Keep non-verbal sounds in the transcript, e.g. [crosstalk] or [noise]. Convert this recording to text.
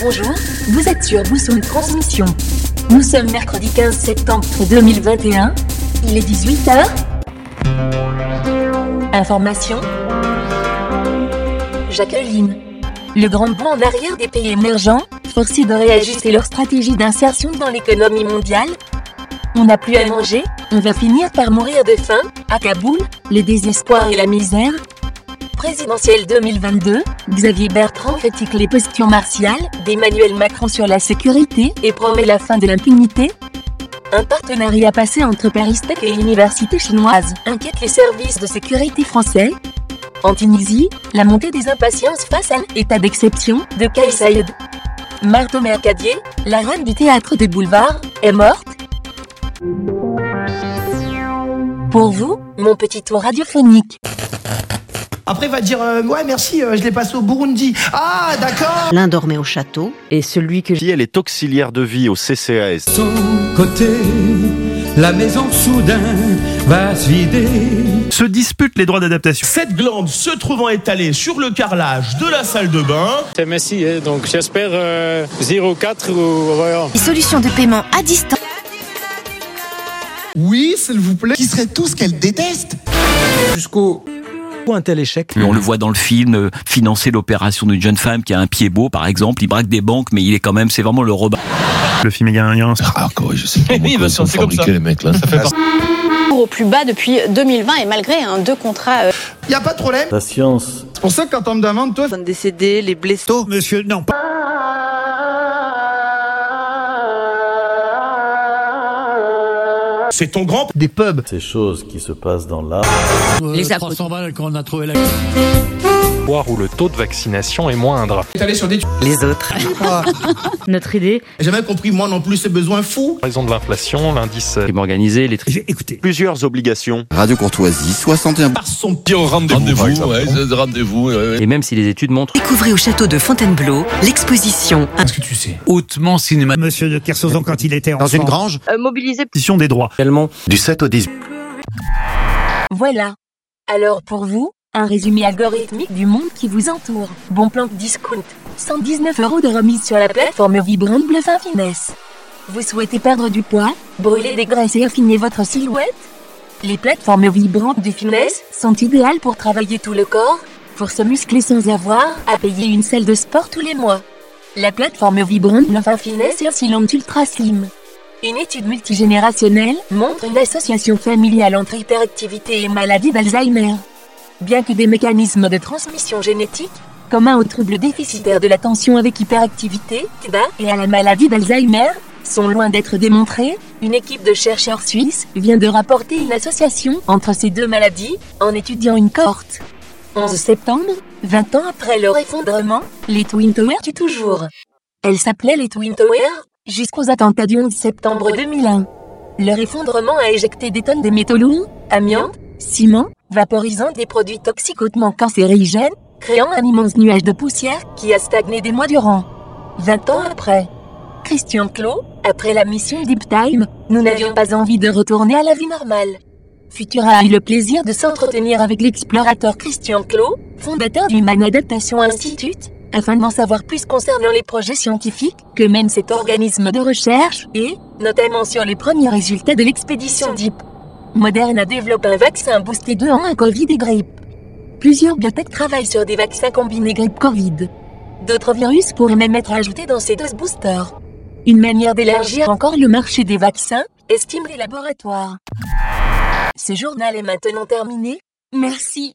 Bonjour, vous êtes sur Boussole Transmission. Nous sommes mercredi 15 septembre 2021. Il est 18h. Information. Jacqueline. Le grand bond en arrière des pays émergents, forcés de réajuster leur stratégie d'insertion dans l'économie mondiale. On n'a plus à manger, on va finir par mourir de faim, à Kaboul, le désespoir et la misère. Présidentielle 2022, Xavier Bertrand critique les postures martiales d'Emmanuel Macron sur la sécurité et promet la fin de l'impunité. Un partenariat passé entre Paris Tech et l'université chinoise inquiète les services de sécurité français. En Tunisie, la montée des impatiences face à l'état d'exception de Kais Saied. Marthe Mercadier, la reine du théâtre des boulevards, est morte. Pour vous, mon petit tour radiophonique. Après, il va dire euh, Ouais, merci, euh, je l'ai passé au Burundi. Ah, d'accord L'un dormait au château. Et celui que Qui elle est auxiliaire de vie au CCAS. son côté, la maison soudain va se vider. se disputent les droits d'adaptation. Cette glande se trouvant étalée sur le carrelage de la salle de bain, C'est Messi, hein, donc j'espère euh, 0-4 ou voilà. Les solutions de paiement à distance. Oui, s'il vous plaît. Qui serait tout ce qu'elle déteste Jusqu'au. Pourquoi un tel échec On le voit dans le film, euh, financer l'opération d'une jeune femme qui a un pied beau, par exemple, il braque des banques, mais il est quand même, c'est vraiment le Robin. Le film est un lien. Ah, encore, je sais pas. [laughs] Oui, bah, comment ils sont c'est comme fabriqués, ça. les [laughs] mecs, là. Ça fait partie. Au plus bas depuis 2020 et malgré un deux contrats. euh, Y a pas de problème. La science. C'est pour ça que quand on me demande, toi, Décédés, les blessés. Oh, Monsieur, non, pas. c'est ton grand. des pubs. Ces choses qui se passent dans l'art. Les Voir où le taux de vaccination est moindre. Est allé sur des. Les autres. Notre idée, J'ai jamais compris, moi non plus, ces besoins fous. En raison de l'inflation, l'indice Et m'organiser les tri- Plusieurs obligations. Radio Courtoisie, 61. Par son Puis au rendez-vous, par exemple. ouais, c'est- rendez-vous. ouais, ouais. Et même si les études montrent Découvrez au château de Fontainebleau l'exposition Qu'est-ce que tu sais Hautement cinéma. Monsieur de Kersauzon quand il était enfant. grange Mobilisés. Acquisition des droits. tellement Du 7 au 18. Voilà. Alors pour vous, un résumé algorithmique du monde qui vous entoure. Bon plan discount. 119 euros de remise sur la plateforme Vibrante Bluff Finesse. Vous souhaitez perdre du poids, brûler des graisses et affiner votre silhouette Les plateformes vibrantes du Finesse sont idéales pour travailler tout le corps, pour se muscler sans avoir à payer une salle de sport tous les mois. La plateforme Vibrante Bluff Finesse est aussi lente ultra slim. Une étude multigénérationnelle montre une association familiale entre hyperactivité et maladie d'Alzheimer. Bien que des mécanismes de transmission génétique, communs aux troubles déficitaires de l'attention avec hyperactivité, TDA, et à la maladie d'Alzheimer, sont loin d'être démontrés, une équipe de chercheurs suisses vient de rapporter une association entre ces deux maladies en étudiant une cohorte. 11 septembre, 20 ans après leur effondrement, les Twin Towers tuent toujours. Elles s'appelaient les Twin Towers jusqu'aux attentats du 11 septembre 2001. Leur effondrement a éjecté des tonnes de métaux lourds, amiante, ciment, vaporisant des produits toxiques hautement cancérigènes, créant un immense nuage de poussière qui a stagné des mois durant. 20 ans après, Christian Clot, après la mission Deep Time, nous n'avions pas envie de retourner à la vie normale. Futura a eu le plaisir de s'entretenir avec l'explorateur Christian Clot, fondateur du Man Adaptation Institute, afin d'en savoir plus concernant les projets scientifiques que mène cet organisme de recherche et, notamment sur les premiers résultats de l'expédition DEEP. Moderna développe un vaccin boosté de un Covid et grippe. Plusieurs biotech travaillent sur des vaccins combinés grippe-Covid. D'autres virus pourraient même être ajoutés dans ces doses boosters. Une manière d'élargir encore le marché des vaccins, estiment les laboratoires. Ce journal est maintenant terminé. Merci.